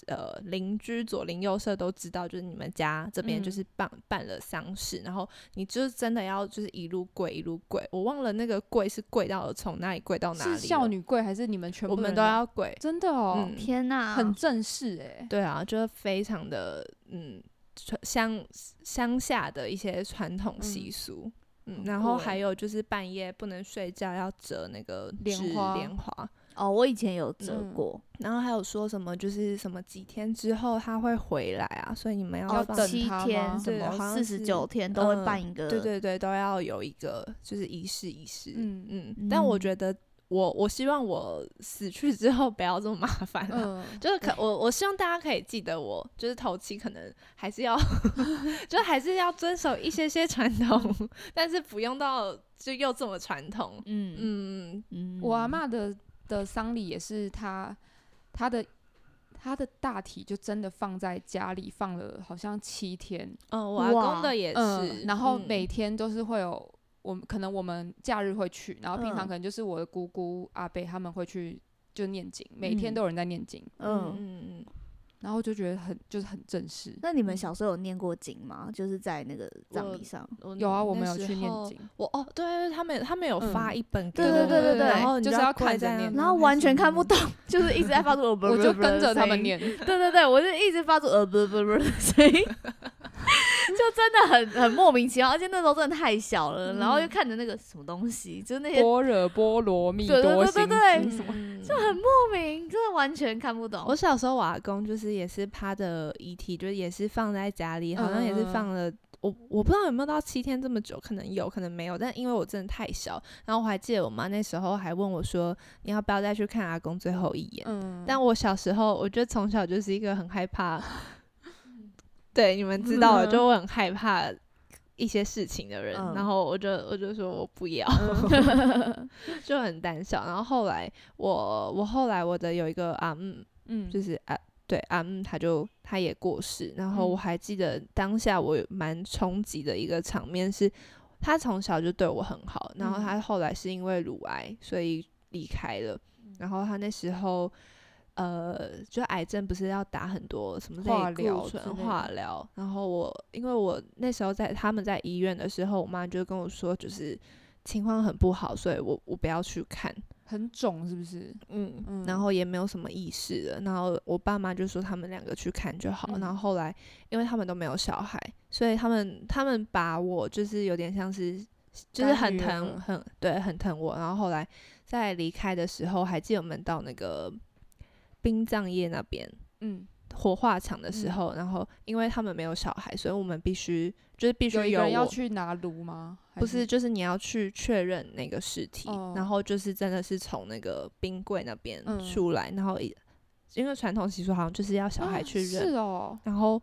Speaker 1: 呃邻居左邻右舍都知道，就是你们家这边就
Speaker 2: 嗯
Speaker 1: 是办、办了丧事，然后你就是真的要就是一路跪一路跪，我忘了那个跪是跪到从哪里跪到哪里了，
Speaker 2: 是少女跪还是你们全部
Speaker 1: 我们
Speaker 2: 人
Speaker 1: 都要跪，
Speaker 2: 真的哦、
Speaker 1: 嗯
Speaker 3: 天哪，
Speaker 2: 很正式哎、
Speaker 1: 对啊，就是非常的嗯传乡乡下的一些传统习
Speaker 2: 嗯
Speaker 1: 俗。嗯，
Speaker 3: 很
Speaker 1: 然后
Speaker 3: 酷欸
Speaker 1: 还有就是半夜不能睡觉，要折那个
Speaker 2: 莲
Speaker 1: 纸
Speaker 2: 花
Speaker 1: 莲花，
Speaker 3: 哦，我以前有折
Speaker 2: 嗯
Speaker 3: 过，
Speaker 1: 然后还有说什么就是什么几天之后他会回来啊，所以你们要
Speaker 2: 要
Speaker 1: 放
Speaker 2: 等
Speaker 3: 七
Speaker 2: 他吗
Speaker 3: 天什
Speaker 1: 对好
Speaker 3: 么
Speaker 1: 像
Speaker 3: 四十九
Speaker 1: 是
Speaker 3: 天都会
Speaker 1: 嗯
Speaker 3: 办一个，
Speaker 1: 对对对，都要有一个就是仪式仪式。
Speaker 2: 嗯
Speaker 1: 嗯嗯，但我
Speaker 3: 嗯
Speaker 1: 觉得我我希望我死去之后不要这么麻烦啊了。
Speaker 2: 嗯，
Speaker 1: 就是可我我希望大家可以记得我，就是头七可能还是
Speaker 2: [laughs]
Speaker 1: 要，就还是要遵守一些些传统，但是不用到就又这么传统。
Speaker 3: 嗯
Speaker 1: 嗯，
Speaker 3: 嗯
Speaker 2: 我阿嬷的的丧礼也是她她的她的大体就真的放在家里放了好像七天，
Speaker 1: 哦，我阿公
Speaker 3: 哇
Speaker 1: 的也
Speaker 2: 嗯
Speaker 1: 是，，
Speaker 2: 然后
Speaker 1: 嗯
Speaker 2: 每天都是会有我们可能我们假日会去，然后平常
Speaker 3: 嗯
Speaker 2: 可能就是我的姑姑阿伯他们会去就念经，每天
Speaker 3: 嗯
Speaker 2: 都有人在念经，
Speaker 1: 嗯
Speaker 3: 嗯，
Speaker 1: 嗯嗯，
Speaker 2: 然后就觉得很就是很正式。
Speaker 3: 那你们小时候有念过经吗？就是在那个葬
Speaker 1: 我
Speaker 3: 礼上，
Speaker 1: 我
Speaker 2: 有啊，
Speaker 1: 那
Speaker 2: 我们有
Speaker 1: 时
Speaker 2: 去念
Speaker 1: 候
Speaker 2: 经，
Speaker 1: 我哦，对对，对他们他们有
Speaker 2: 嗯
Speaker 1: 发一本给
Speaker 3: 对
Speaker 1: 我
Speaker 3: 对
Speaker 1: 们，
Speaker 3: 对对对
Speaker 1: 然后你
Speaker 2: 就是
Speaker 1: 要
Speaker 2: 要看
Speaker 1: 跪
Speaker 2: 着
Speaker 1: 在那
Speaker 2: 念
Speaker 1: 边
Speaker 3: 然后完全看不懂，就是一直在发出呃不，
Speaker 2: 我
Speaker 3: 不 [laughs]
Speaker 2: 就
Speaker 3: 不
Speaker 2: 跟
Speaker 3: 的
Speaker 2: 着他
Speaker 3: 声
Speaker 2: 们
Speaker 3: 音
Speaker 2: 念， [laughs]
Speaker 3: 对对对，我就一直发出呃不不不 [laughs] 的声音，就真的很很莫名其妙，而且那时候真的太小了，然后又看着那个什么东西，就是那些
Speaker 2: 般若波罗蜜
Speaker 3: 对对
Speaker 2: 多
Speaker 3: 对
Speaker 2: 心
Speaker 3: 对对
Speaker 2: [laughs] 经什么，
Speaker 1: 嗯
Speaker 3: 就很莫名，真的完全看不懂
Speaker 1: 我。小时候，我阿公就是也是他的遗体，就是也是放在家里，好像也是
Speaker 2: 嗯
Speaker 1: 放了。我我不知道有没有到七天这么久，可能有可能没有，但因为我真的太小，然后我还记得我妈那时候还问我说，你要不要再去看阿公最后一眼？
Speaker 2: 嗯，
Speaker 1: 但我小时候，我觉得从小就是一个很害怕，
Speaker 2: [laughs]
Speaker 1: 对你们知道
Speaker 2: 嗯
Speaker 1: 的，就我很害怕一些事情的人，
Speaker 3: 嗯
Speaker 1: 然后我就我就说我不要，
Speaker 2: 嗯 [laughs]
Speaker 1: 就很胆小。然后后来我我后来我的有一个阿嗯
Speaker 2: 嗯
Speaker 1: 就是啊，对阿木他就他也过世，然后我
Speaker 2: 嗯
Speaker 1: 还记得当下我有蛮冲击的一个场面是，他从小就对我很好，然后
Speaker 2: 嗯
Speaker 1: 他后来是因为乳癌所以离开了，
Speaker 2: 嗯
Speaker 1: 然后他那时候。呃，就癌症不是要打很多什么类
Speaker 2: 化
Speaker 1: 固
Speaker 2: 疗
Speaker 1: 醇
Speaker 2: 之类的
Speaker 1: 化疗，然后我因为我那时候在他们在医院的时候，我妈就跟我说，就是情况很不好，所以我我不要去看，
Speaker 2: 很肿是不是？
Speaker 1: 嗯
Speaker 2: 嗯，
Speaker 1: 然后也没有什么意识了。然后我爸妈就说他们两个去看就好。
Speaker 2: 嗯
Speaker 1: 然后后来，因为他们都没有小孩，所以他们他们把我就是有点像是，就是
Speaker 2: 干
Speaker 1: 很
Speaker 2: 预
Speaker 1: 疼，
Speaker 2: 了
Speaker 1: 很对，很疼我。然后后来在离开的时候，还记得我们到那个殡葬业那边
Speaker 2: 嗯，
Speaker 1: 火化场的时
Speaker 2: 嗯
Speaker 1: 候，然后因为他们没有小孩，所以我们必须就是必须
Speaker 2: 有一个人要
Speaker 1: 我。
Speaker 2: 去拿炉吗？还
Speaker 1: 不是，就是你要去确认那个尸体，
Speaker 2: 哦
Speaker 1: 然后就是真的是从那个冰柜那边
Speaker 2: 嗯
Speaker 1: 出来，然后一因为传统习俗好像就是要小
Speaker 2: 啊
Speaker 1: 孩去认，
Speaker 2: 是哦，
Speaker 1: 然后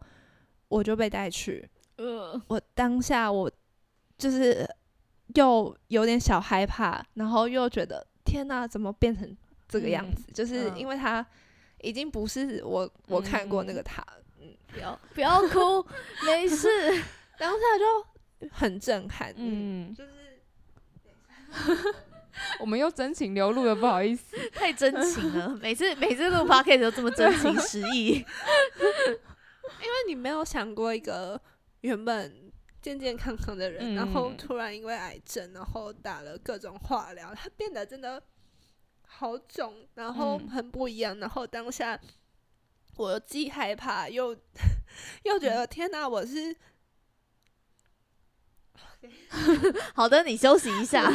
Speaker 1: 我就被带去，
Speaker 3: 呃，
Speaker 1: 我当下我就是又有点小害怕，然后又觉得天哪，怎么变成这个样
Speaker 2: 嗯
Speaker 1: 子？就是
Speaker 3: 嗯
Speaker 1: 因为他已经不是我我看过那
Speaker 2: 嗯
Speaker 1: 个他，
Speaker 3: 不要不要哭，没事。
Speaker 1: 当下就很震撼，嗯，
Speaker 2: 嗯，
Speaker 1: 就是
Speaker 2: [laughs] 我们又真情流露了，不好意思，
Speaker 3: 太真情了，每次每次录 podcast 都这么真情实意。
Speaker 1: 那你没有想过一个原本健健康康的人，
Speaker 2: 嗯
Speaker 1: 然后突然因为癌症，然后打了各种化疗，他变得真的好肿，然后
Speaker 2: 嗯
Speaker 1: 很不一样。然后当下我既害怕又 [laughs] 又
Speaker 2: 嗯
Speaker 1: 觉得天哪，我是
Speaker 3: 好的，你休息一下。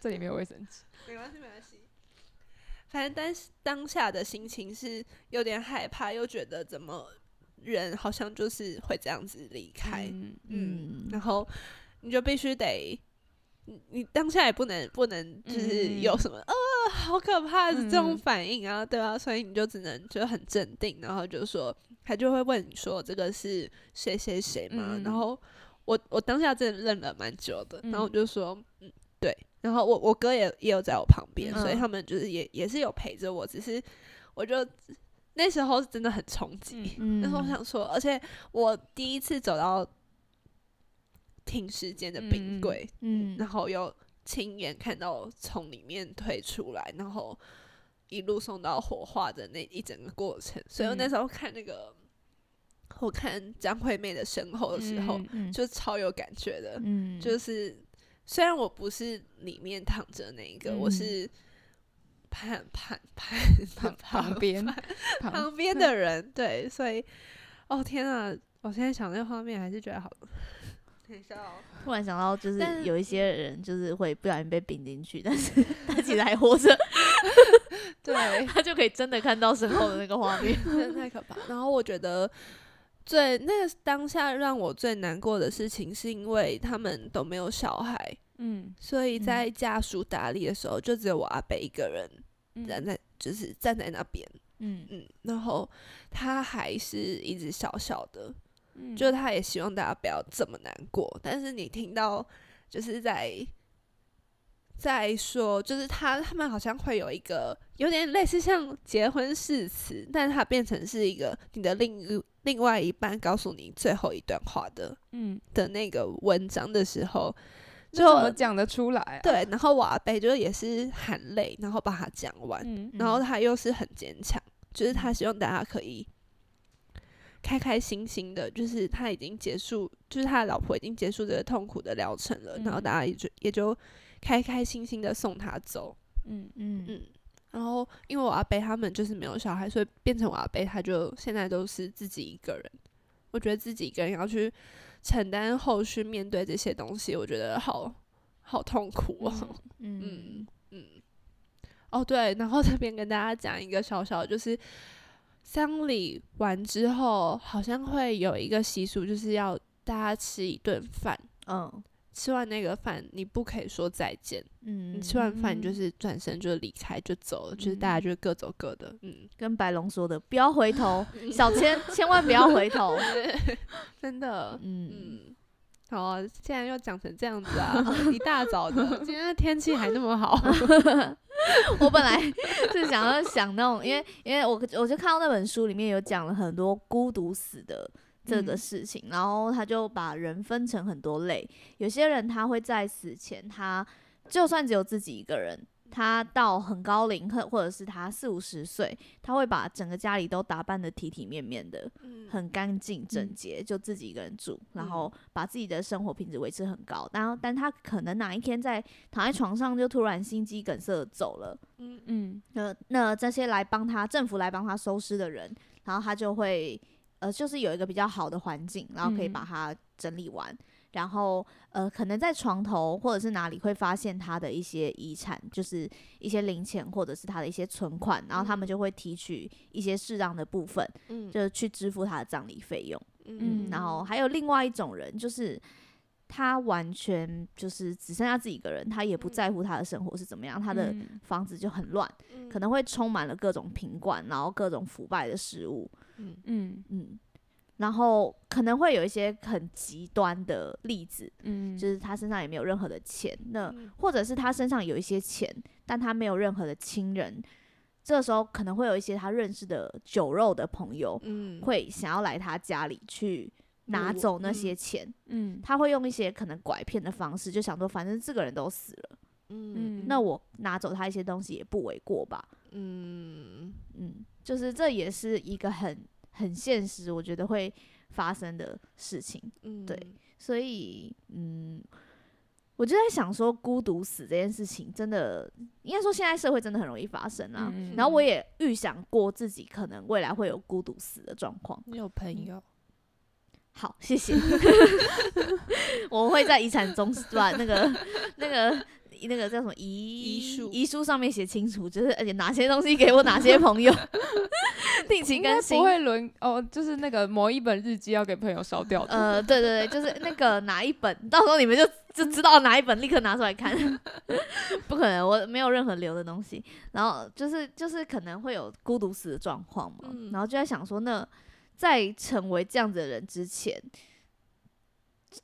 Speaker 2: 这里没有卫生纸，
Speaker 1: 没关系没关系。反正当时当下的心情是有点害怕，又觉得怎么人好像就是会这样子离开，
Speaker 2: 嗯
Speaker 1: 嗯
Speaker 3: 嗯，
Speaker 1: 然后你就必须得，你你当下也不能不能就是
Speaker 2: 嗯
Speaker 1: 有什么、呃好可怕的这种
Speaker 2: 嗯
Speaker 1: 反应啊，对吧、所以你就只能就很镇定，然后就说他就会问你说这个是谁谁谁嘛，
Speaker 2: 嗯嗯
Speaker 1: 然后我我当下真的愣了蛮久的，然后我
Speaker 2: 嗯
Speaker 1: 就说嗯对，然后我我哥也也有在我旁边，所以
Speaker 2: 嗯
Speaker 1: 他们就是也也是有陪着我，只是我就那时候真的很冲击，
Speaker 2: 嗯
Speaker 3: 嗯
Speaker 1: 然后我想说，而且我第一次走到停时间的冰柜，
Speaker 3: 嗯
Speaker 1: 然后又亲眼看到从里面推出来，然后一路送到火化的那一整个过程。所以我那
Speaker 2: 嗯
Speaker 1: 时候看那个，我看张惠妹的身后的时候，
Speaker 3: 嗯
Speaker 1: 就超有感觉的。
Speaker 3: 嗯
Speaker 1: 就是虽然我不是里面躺着那一个，我
Speaker 3: 嗯
Speaker 1: 是旁旁旁 [laughs]
Speaker 2: 旁旁边旁
Speaker 1: 旁边的人，对，所以哦天啊，我现在想那画面还是觉 [laughs] 得好。等一下哦，
Speaker 3: 突然想到，就是
Speaker 1: 但
Speaker 3: 有一些人就是会不小心被丙进去，
Speaker 1: [laughs]
Speaker 3: 但是他其实还活着，
Speaker 1: [laughs] 对，
Speaker 3: 他就可以真的看到身后的那个画面。
Speaker 1: [laughs] 真的太可怕。然后我觉得最那个当下让我最难过的事情，是因为他们都没有小孩，
Speaker 2: 嗯
Speaker 1: 所以在家属打理的时候，就只有我阿北一个人
Speaker 2: 嗯
Speaker 1: 站在，就是站在那边。
Speaker 3: 嗯
Speaker 1: 嗯，然后他还是一直小小的，
Speaker 2: 嗯
Speaker 1: 就他也希望大家不要这么难过。但是你听到就是在在说，就是他他们好像会有一个有点类似像结婚誓词，但它变成是一个你的另一另外一半告诉你最后一段话的
Speaker 2: 嗯，
Speaker 1: 的那个文章的时候，
Speaker 2: 就怎么
Speaker 1: 就
Speaker 2: 讲得出来啊？
Speaker 1: 对，然后我阿贝就也是含泪，然后把它讲完，
Speaker 2: 嗯，
Speaker 1: 然后
Speaker 3: 嗯
Speaker 1: 他又是很坚强，就是他希望大家可以开开心心的，就是他已经结束，就是他的老婆已经结束这个痛苦的疗程了，然后
Speaker 2: 嗯
Speaker 1: 大家也就也就开开心心的送他走。
Speaker 2: 嗯
Speaker 3: 嗯
Speaker 1: 然后因为我阿贝他们就是没有小孩，所以变成我阿贝他就现在都是自己一个人。我觉得自己一个人要去承担后续面对这些东西，我觉得好好痛苦哦。
Speaker 2: 嗯
Speaker 3: 嗯 [laughs]
Speaker 1: 嗯，嗯，哦对，然后这边跟大家讲一个小小的，就是丧礼完之后，好像会有一个习俗，就是要大家吃一顿饭，
Speaker 3: 嗯
Speaker 1: 吃完那个饭你不可以说再见，
Speaker 3: 嗯，
Speaker 1: 你吃完饭你就
Speaker 2: 嗯
Speaker 1: 是转身就离开就走了，就是大家就各走各的，嗯，
Speaker 3: 跟白龙说的，不要
Speaker 1: [laughs]
Speaker 3: 回头，小千千万不要回头。
Speaker 1: 嗯真的，
Speaker 3: 嗯，
Speaker 1: 嗯。好、啊，竟然又讲成这样子
Speaker 3: [laughs]
Speaker 1: 啊！一大早的，今天的天气还那么好，
Speaker 3: [laughs] 我本来是想要想那种，因为因为我我就看到那本书里面有讲了很多孤独死的这个
Speaker 2: 嗯
Speaker 3: 事情，然后他就把人分成很多类，有些人他会在死前，他就算只有自己一个人。他到很高龄，或或者是他四五十岁，他会把整个家里都打扮得体体面面的，很干净整
Speaker 2: 嗯
Speaker 3: 洁，就自己一个人住，然
Speaker 1: 嗯
Speaker 3: 后把自己的生活品质维持很高。然后，但他可能哪一天在躺在床上就突然心肌梗塞走了，
Speaker 1: 嗯
Speaker 2: 嗯
Speaker 3: 那那这些来帮他政府来帮他收尸的人，然后他就会呃，就是有一个比较好的环境，然后可以把
Speaker 2: 嗯
Speaker 3: 它整理完。然后，呃，可能在床头或者是哪里会发现他的一些遗产，就是一些零钱或者是他的一些存款，然后他们
Speaker 2: 嗯
Speaker 3: 就会提取一些适当的部分，
Speaker 1: 嗯
Speaker 3: 就是去支付他的葬礼费用。嗯，然后还有另外一种人，就是他完全就是只剩下自己一个人，他也不
Speaker 1: 嗯
Speaker 3: 在乎他的生活是怎么样，他的
Speaker 2: 嗯
Speaker 3: 房子就很乱，
Speaker 1: 嗯
Speaker 3: 可能会充满了各种瓶罐，然后各种腐败的食物，
Speaker 1: 嗯
Speaker 2: 嗯
Speaker 3: 嗯，然后可能会有一些很极端的例子，
Speaker 2: 嗯，
Speaker 3: 就是他身上也没有任何的钱，那或者是他身上有一些钱，但他没有任何的亲人，这时候可能会有一些他认识的酒肉的朋友，
Speaker 1: 嗯
Speaker 3: 会想要来他家里去拿
Speaker 1: 入
Speaker 3: 走那
Speaker 1: 嗯
Speaker 3: 些钱，
Speaker 2: 嗯
Speaker 3: 他会用一些可能拐骗的方式，就想说反正这个人都死了，
Speaker 1: 嗯
Speaker 2: 嗯，
Speaker 3: 那我拿走他一些东西也不为过吧。
Speaker 1: 嗯
Speaker 3: 嗯，就是这也是一个很很现实，我觉得会发生的事情。
Speaker 1: 嗯
Speaker 3: 对所以，嗯，我就在想说，孤独死这件事情真的，应该说现在社会真的很容易发生啊。
Speaker 2: 嗯
Speaker 3: 然后我也预想过自己可能未来会有孤独死的状况。
Speaker 1: 你有朋友，
Speaker 3: 好，谢谢。 [laughs] 我会在遗产中把那个、那个、那个叫什么遗
Speaker 1: 遗书
Speaker 3: 遗书上面写清楚，就是而且哪些东西给我哪些朋友， [laughs] 定期
Speaker 2: 应该
Speaker 3: 更新
Speaker 2: 不。会轮哦，就是那个某一本日记要给朋友烧掉的。
Speaker 3: 呃，对对对，就是那个哪一本，到时候你们就就知道哪一本，立刻拿出来看。 [laughs] 不可能，我没有任何留的东西。然后就是就是可能会有孤独死的状况嘛，
Speaker 1: 嗯
Speaker 3: 然后就在想说，那在成为这样子的人之前，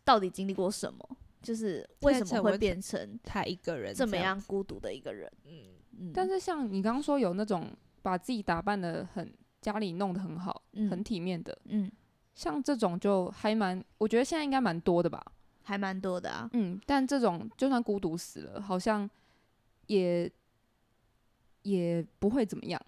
Speaker 3: 到底经历过什么？就是为
Speaker 1: 在
Speaker 3: 什么
Speaker 1: 成
Speaker 3: 会
Speaker 1: 为
Speaker 3: 变成
Speaker 1: 他一个人
Speaker 3: 这么
Speaker 1: 样
Speaker 3: 样？孤独的一个人？
Speaker 1: 嗯
Speaker 3: 嗯，
Speaker 2: 但是像你刚刚说有那种把自己打扮的很，家里弄得很好，
Speaker 3: 嗯
Speaker 2: 很体面的，
Speaker 3: 嗯，
Speaker 2: 像这种就还蛮，我觉得现在应该蛮多的吧。
Speaker 3: 还蛮多的啊。
Speaker 2: 嗯，但这种就算孤独死了，好像也也不会怎么样，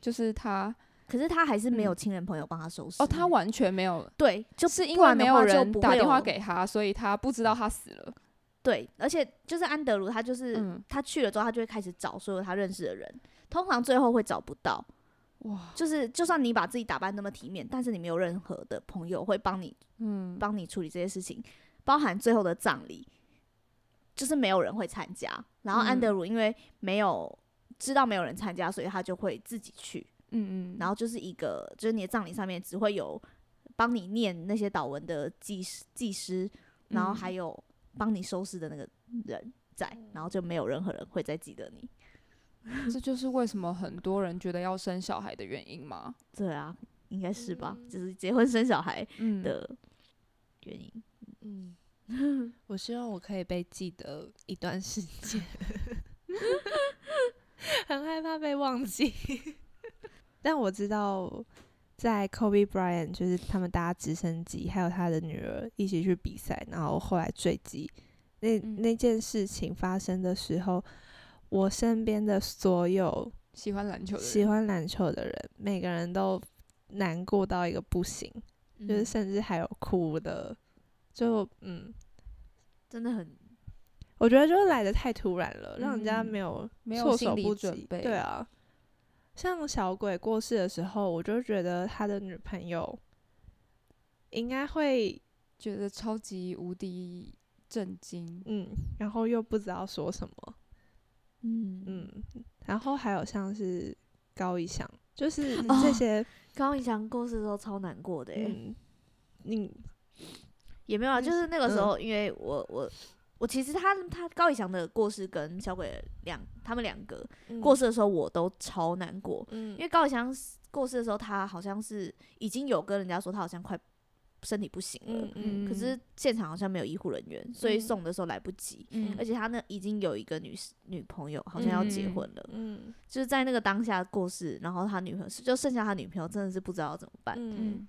Speaker 2: 就是他
Speaker 3: 可是他还是没有
Speaker 2: 嗯
Speaker 3: 亲人朋友帮他收拾。
Speaker 2: 哦，他完全没有，
Speaker 3: 对，就是
Speaker 2: 因
Speaker 3: 不
Speaker 2: 为
Speaker 3: 然
Speaker 2: 没
Speaker 3: 的话就
Speaker 2: 人
Speaker 3: 不
Speaker 2: 打
Speaker 3: 会
Speaker 2: 电话
Speaker 3: 有
Speaker 2: 给他，所以他不知道他死了。
Speaker 3: 对，而且就是安德鲁，他就是、
Speaker 2: 嗯
Speaker 3: 他去了之后，他就会开始找所有他认识的人，通常最后会找不到。
Speaker 2: 哇，
Speaker 3: 就是就算你把自己打扮那么体面，但是你没有任何的朋友会帮你
Speaker 2: 嗯，
Speaker 3: 帮你处理这些事情，包含最后的葬礼，就是没有人会参加。然后安德鲁因为没有知道没有人参加，所以他就会自己去。
Speaker 2: 嗯嗯，
Speaker 3: 然后就是一个，就是你的葬礼上面只会有帮你念那些祷文的祭司祭司，然后
Speaker 2: 嗯
Speaker 3: 还有帮你收拾的那个人在，然后就没有任何人会再记得你。
Speaker 2: 这就是为什么很多人觉得要生小孩的原因嘛。
Speaker 3: 对啊，应该是吧？就是结婚生小孩
Speaker 2: 嗯，
Speaker 3: 的原因。
Speaker 2: [laughs]
Speaker 1: 嗯，我希望我可以被记得一段时
Speaker 2: [laughs]
Speaker 1: 间，很害怕被忘记。 [laughs] 但我知道，在 Kobe Bryant 就是他们搭直升机，还有他的女儿一起去比赛，然后后来坠机，那、
Speaker 2: 嗯
Speaker 1: 那件事情发生的时候，我身边的所有
Speaker 2: 喜欢篮球的人，
Speaker 1: 喜欢篮球的人，每个人都难过到一个不行。就是
Speaker 3: 嗯
Speaker 1: 甚至还有哭的，就嗯，
Speaker 3: 真的很
Speaker 1: 我觉得就是来的太突然了，让人家
Speaker 2: 嗯
Speaker 1: 没有
Speaker 2: 没有
Speaker 1: 措
Speaker 2: 心
Speaker 1: 手
Speaker 2: 理
Speaker 1: 不
Speaker 2: 准
Speaker 1: 及。
Speaker 2: 备，
Speaker 1: 对，啊，像小鬼过世的时候，我就觉得他的女朋友应该会
Speaker 2: 觉得超级无敌震惊。
Speaker 1: 嗯，然后又不知道说什么，
Speaker 3: 嗯嗯，
Speaker 1: 嗯，然后还有像是高以翔，就是
Speaker 3: 哦
Speaker 1: 这些，
Speaker 3: 高以翔过世的时候超难过的、欸，
Speaker 1: 嗯，你
Speaker 3: 也没有
Speaker 1: 那
Speaker 3: 啊，就是那个时候，因为我我我其实他他高以翔的过世跟小鬼两他们两个过
Speaker 1: 世，
Speaker 3: 世的时候，我都超难过，
Speaker 1: 嗯
Speaker 3: 因，为高以翔过世的时候，他好像是已经有跟人家说他好像快身体不行了
Speaker 1: 嗯，嗯
Speaker 3: 可是现场好像没有医护人员，所以
Speaker 1: 嗯
Speaker 3: 送的时候来不及。
Speaker 2: 嗯
Speaker 3: 而且他那已经有一个女女朋友，好像要结婚了，
Speaker 1: 嗯
Speaker 3: 就是在那个当下过世，然后他女朋友就剩下他女朋友，真的是不知道怎么办。
Speaker 1: 嗯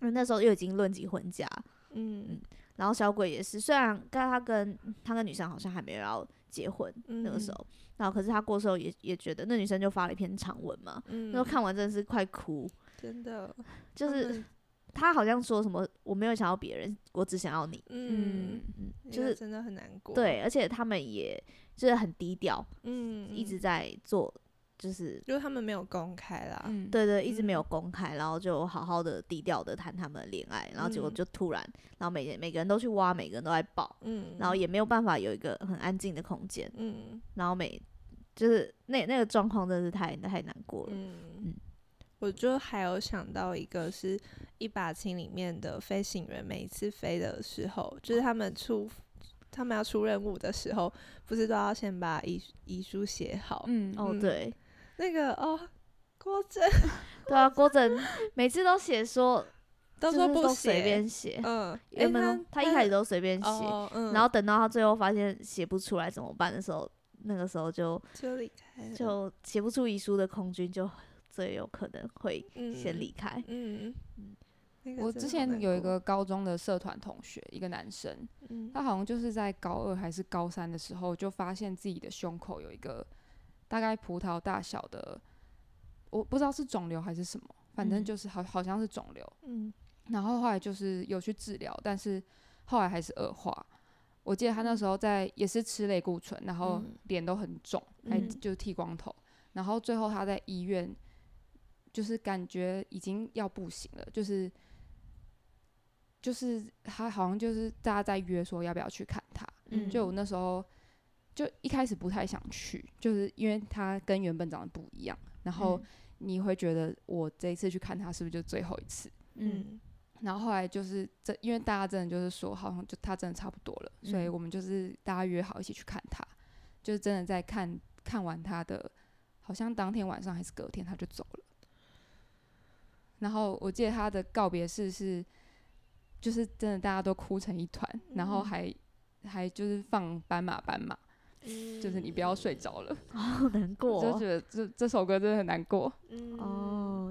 Speaker 3: 因为那时候又已经论及婚嫁，
Speaker 1: 嗯
Speaker 3: 然后小鬼也是，虽然刚他跟他跟女生好像还没有要结婚、
Speaker 1: 嗯
Speaker 3: 那个时候，然后可是他过世后也也觉得那女生就发了一篇长文嘛，
Speaker 1: 嗯
Speaker 3: 那时候看完真的是快哭，
Speaker 1: 真的
Speaker 3: 就
Speaker 1: 他
Speaker 3: 是
Speaker 1: 们
Speaker 3: 他好像说什么我没有想要别人，我只想要你，
Speaker 1: 嗯。
Speaker 3: 嗯，
Speaker 1: 那
Speaker 3: 就
Speaker 1: 个
Speaker 3: 是
Speaker 1: 真的很难过。，
Speaker 3: 对，而且他们也就是很低调，
Speaker 1: 嗯，
Speaker 3: 一直
Speaker 1: 嗯，
Speaker 3: 在做，就是
Speaker 1: 因为他们没有公开啦。
Speaker 2: 嗯，
Speaker 3: 对对，一直没有公开，然后就好好的低调的谈他们的恋爱，然后结果
Speaker 1: 嗯
Speaker 3: 就突然，然后每人每个人都去挖，每个人都在爆，
Speaker 1: 嗯，
Speaker 3: 然后也没有办法有一个很安静的空间，
Speaker 1: 嗯
Speaker 3: 然后每就是那那个状况真的是太太难过了。
Speaker 1: 嗯，我就还有想到一个是一把琴里面的飞行员，每一次飞的时候，就是他们出他们要出任务的时候，不是都要先把遗遗书写好？
Speaker 2: 嗯，
Speaker 3: 哦，
Speaker 1: 嗯
Speaker 3: 对
Speaker 1: 那个哦，郭
Speaker 3: [laughs]
Speaker 1: 真 [laughs]
Speaker 3: 对啊，郭枕每次都写说，
Speaker 1: 都
Speaker 3: 就
Speaker 1: 说
Speaker 3: 是
Speaker 1: 不
Speaker 3: 都随
Speaker 1: 写，
Speaker 3: 便写，
Speaker 1: 嗯，哎，
Speaker 3: 原本都他一开始都随便
Speaker 1: 他
Speaker 3: 写，
Speaker 1: 哦，嗯，
Speaker 3: 然后等到他最后发现写不出来怎么办的时候，那个时候就
Speaker 1: 就离开了，
Speaker 3: 就写不出遗书的空军就最有可能会
Speaker 1: 嗯
Speaker 3: 先离开。
Speaker 1: 嗯，那个
Speaker 2: 我
Speaker 1: 真
Speaker 2: 之
Speaker 1: 的好
Speaker 2: 前
Speaker 1: 难
Speaker 2: 有一
Speaker 1: 过，
Speaker 2: 个高中的社团同学，一个男生，
Speaker 1: 嗯
Speaker 2: 他好像就是在高二还是高三的时候，就发现自己的胸口有一个大概葡萄大小的，我不知道是肿瘤还是什么，反正
Speaker 3: 嗯
Speaker 2: 就是好好像是肿瘤。
Speaker 1: 嗯
Speaker 2: 然后后来就是有去治疗，但是后来还是恶化。我记得他那时候在也是吃类固醇，然后
Speaker 1: 嗯
Speaker 2: 脸都很肿，还
Speaker 1: 嗯
Speaker 2: 就剃光头，然后最后他在医院就是感觉已经要不行了，就是就是他好像就是大家在约说要不要去看他，
Speaker 3: 嗯
Speaker 2: 就我那时候就一开始不太想去，就是因为他跟原本长得不一样，然后
Speaker 1: 嗯
Speaker 2: 你会觉得我这一次去看他是不是就最后一次？
Speaker 3: 嗯
Speaker 2: 然后后来就是这，因为大家真的就是说，好像就他真的差不多了，所以
Speaker 3: 嗯
Speaker 2: 我们就是大家约好一起去看他，就是真的在看看完他的，好像当天晚上还是隔天他就走了。然后我记得他的告别式是，就是真的大家都哭成一团，然后
Speaker 1: 嗯
Speaker 2: 还还就是放斑马斑马，
Speaker 1: 嗯，
Speaker 2: 就是你不要睡着了，
Speaker 3: 好难过
Speaker 2: 就
Speaker 3: 哦
Speaker 2: 觉得这这首歌真的很难过。
Speaker 1: 嗯
Speaker 3: 哦，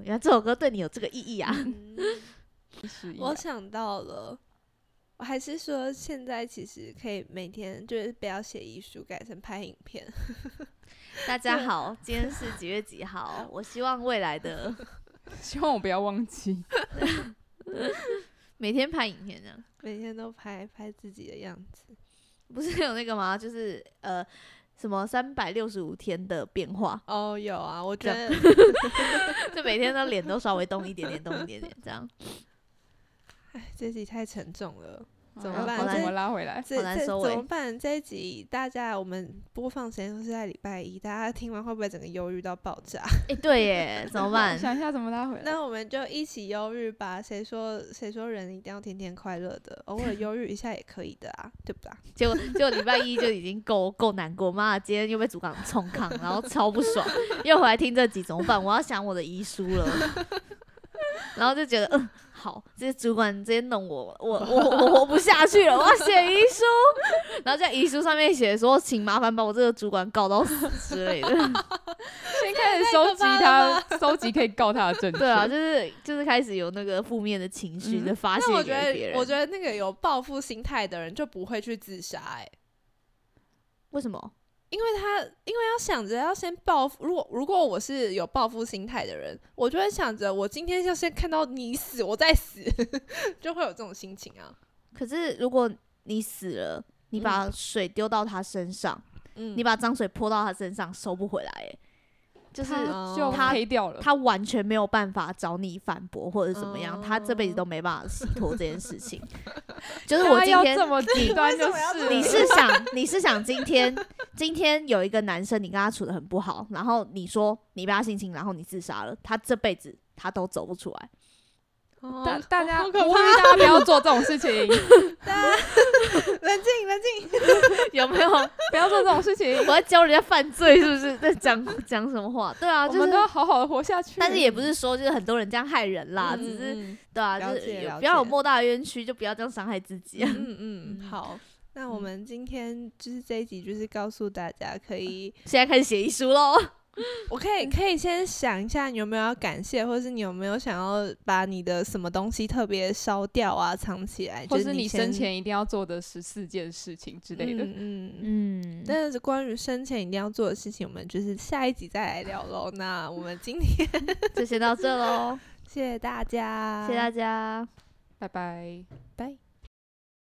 Speaker 1: [laughs]
Speaker 3: 原来这首歌对你有这个意义啊！
Speaker 1: 嗯
Speaker 2: 是一
Speaker 1: 我
Speaker 2: 样
Speaker 1: 想到了，我还是说现在其实可以每天就是不要写遗书，改成拍影片。
Speaker 3: [laughs] 大家好，今天是几月几号？我希望未来的
Speaker 2: 希望我不要忘记。
Speaker 3: [laughs] 每天拍影片这样。
Speaker 1: 每天都拍拍自己的样子。
Speaker 3: 不是有那个吗？就是呃，什么三百六十五天的变化，
Speaker 1: 哦，有啊，我觉
Speaker 3: 这
Speaker 1: 得
Speaker 3: 就每天都脸都稍微动一点点，动一点点这样。
Speaker 1: 哎这集太沉重了， [laughs] 怎
Speaker 2: 好
Speaker 1: 么
Speaker 2: 啦
Speaker 1: 办
Speaker 2: 好啦
Speaker 1: 这
Speaker 2: 我拉回来。
Speaker 1: 这
Speaker 3: 好难
Speaker 1: 这
Speaker 3: 收
Speaker 1: 怎
Speaker 3: 尾
Speaker 1: 么办？这一集大家我们播放时间都是在礼拜一，大家听完会不会整个忧郁到爆炸？
Speaker 3: 哎、对耶，怎么办？
Speaker 2: 想一下怎么拉回来。
Speaker 1: [laughs] 那我们就一起忧郁吧。谁说谁说人一定要天天快乐的？偶尔忧郁一下也可以的啊，对不对啊？
Speaker 3: 结果结果礼拜一就已经够够难过，妈的，今天又被主港冲康，然后超不爽，又回来听这集怎么办？我要想我的遗书了， [laughs] 然后就觉得嗯。好，这些主管直接弄我，我我我活不下去了，我要写遗书， [laughs] 然后在遗书上面写说，请麻烦把我这个主管告到死之类的。 [laughs]
Speaker 2: 先开始收集他，收集可以告他的证据。
Speaker 3: 对啊，就是就是开始有那个负面的情绪
Speaker 2: 嗯
Speaker 3: 的发泄
Speaker 1: 那我
Speaker 3: 给
Speaker 1: 觉
Speaker 3: 别人。
Speaker 1: 得，我觉得那个有报复心态的人就不会去自杀、欸，
Speaker 3: 为什么？
Speaker 1: 因为他因为要想着要先报复，如果如果我是有报复心态的人，我就会想着我今天要先看到你死，我再死， [laughs] 就会有这种心情啊。
Speaker 3: 可是如果你死了，你把水丢到他身上，
Speaker 1: 嗯，
Speaker 3: 你把脏水泼到他身上，收不回来、欸，就是嗯
Speaker 2: 他就
Speaker 1: 他
Speaker 2: 黑掉了。
Speaker 3: 他完全没有办法找你反驳或者怎么样，他这
Speaker 2: 哦
Speaker 3: 辈子都没办法洗脱这件
Speaker 2: [laughs]
Speaker 3: 事情。就是我
Speaker 2: 他
Speaker 3: 今
Speaker 2: 啊要
Speaker 3: 天
Speaker 2: 这么极端就
Speaker 1: [laughs] 为什么要
Speaker 2: 是
Speaker 1: 这
Speaker 2: 了
Speaker 1: 么
Speaker 3: 你是想，你是想今天今天有一个男生，你跟他处的很不好，然后你说你被他性侵，然后你自杀了，他这辈子他都走不出
Speaker 2: [laughs]
Speaker 3: 来。
Speaker 1: 哦
Speaker 2: 大大家
Speaker 1: 好
Speaker 2: 呼
Speaker 1: 可
Speaker 2: 吁
Speaker 1: 怕
Speaker 3: [laughs]
Speaker 2: 大家不要做这种事情，
Speaker 1: 冷静冷静，
Speaker 3: 有没有？我
Speaker 2: 不要做这种事情，
Speaker 3: 要教人家犯罪是不是？在讲讲什么话？对 [laughs] 啊，
Speaker 2: 我
Speaker 3: 就
Speaker 2: 们
Speaker 3: 是
Speaker 2: 都，要好好的活下去。
Speaker 3: 但是也不是说就是很多人这样害人啦，只是 [laughs]
Speaker 1: 嗯
Speaker 3: 对啊，
Speaker 1: 了
Speaker 3: 就
Speaker 1: 解
Speaker 3: 是有
Speaker 1: 了
Speaker 3: 不要有
Speaker 1: 解
Speaker 3: 莫大的冤屈，就不要这样伤害自己。 [laughs]
Speaker 1: 嗯嗯好。那我们今天就是这一集，就是告诉大家可以，
Speaker 3: 现在开始写遗书喽。
Speaker 1: 我可
Speaker 2: 嗯
Speaker 1: 以可以先想一下你有没有要感谢，或者是你有没有想要把你的什么东西特别烧掉啊，藏起来，
Speaker 2: 或
Speaker 1: 就是
Speaker 2: 你
Speaker 1: 先
Speaker 2: 生前一定要做的十四件事情之类 [laughs] 的。
Speaker 1: 嗯嗯嗯
Speaker 3: [laughs] 嗯
Speaker 1: 但是关于生前一定要做的事情，我们就是下一集再来聊喽。那我们今天 [laughs]
Speaker 3: 就先到这喽，
Speaker 1: 谢谢大家，
Speaker 3: 谢谢大家。
Speaker 2: 拜拜。
Speaker 1: 拜。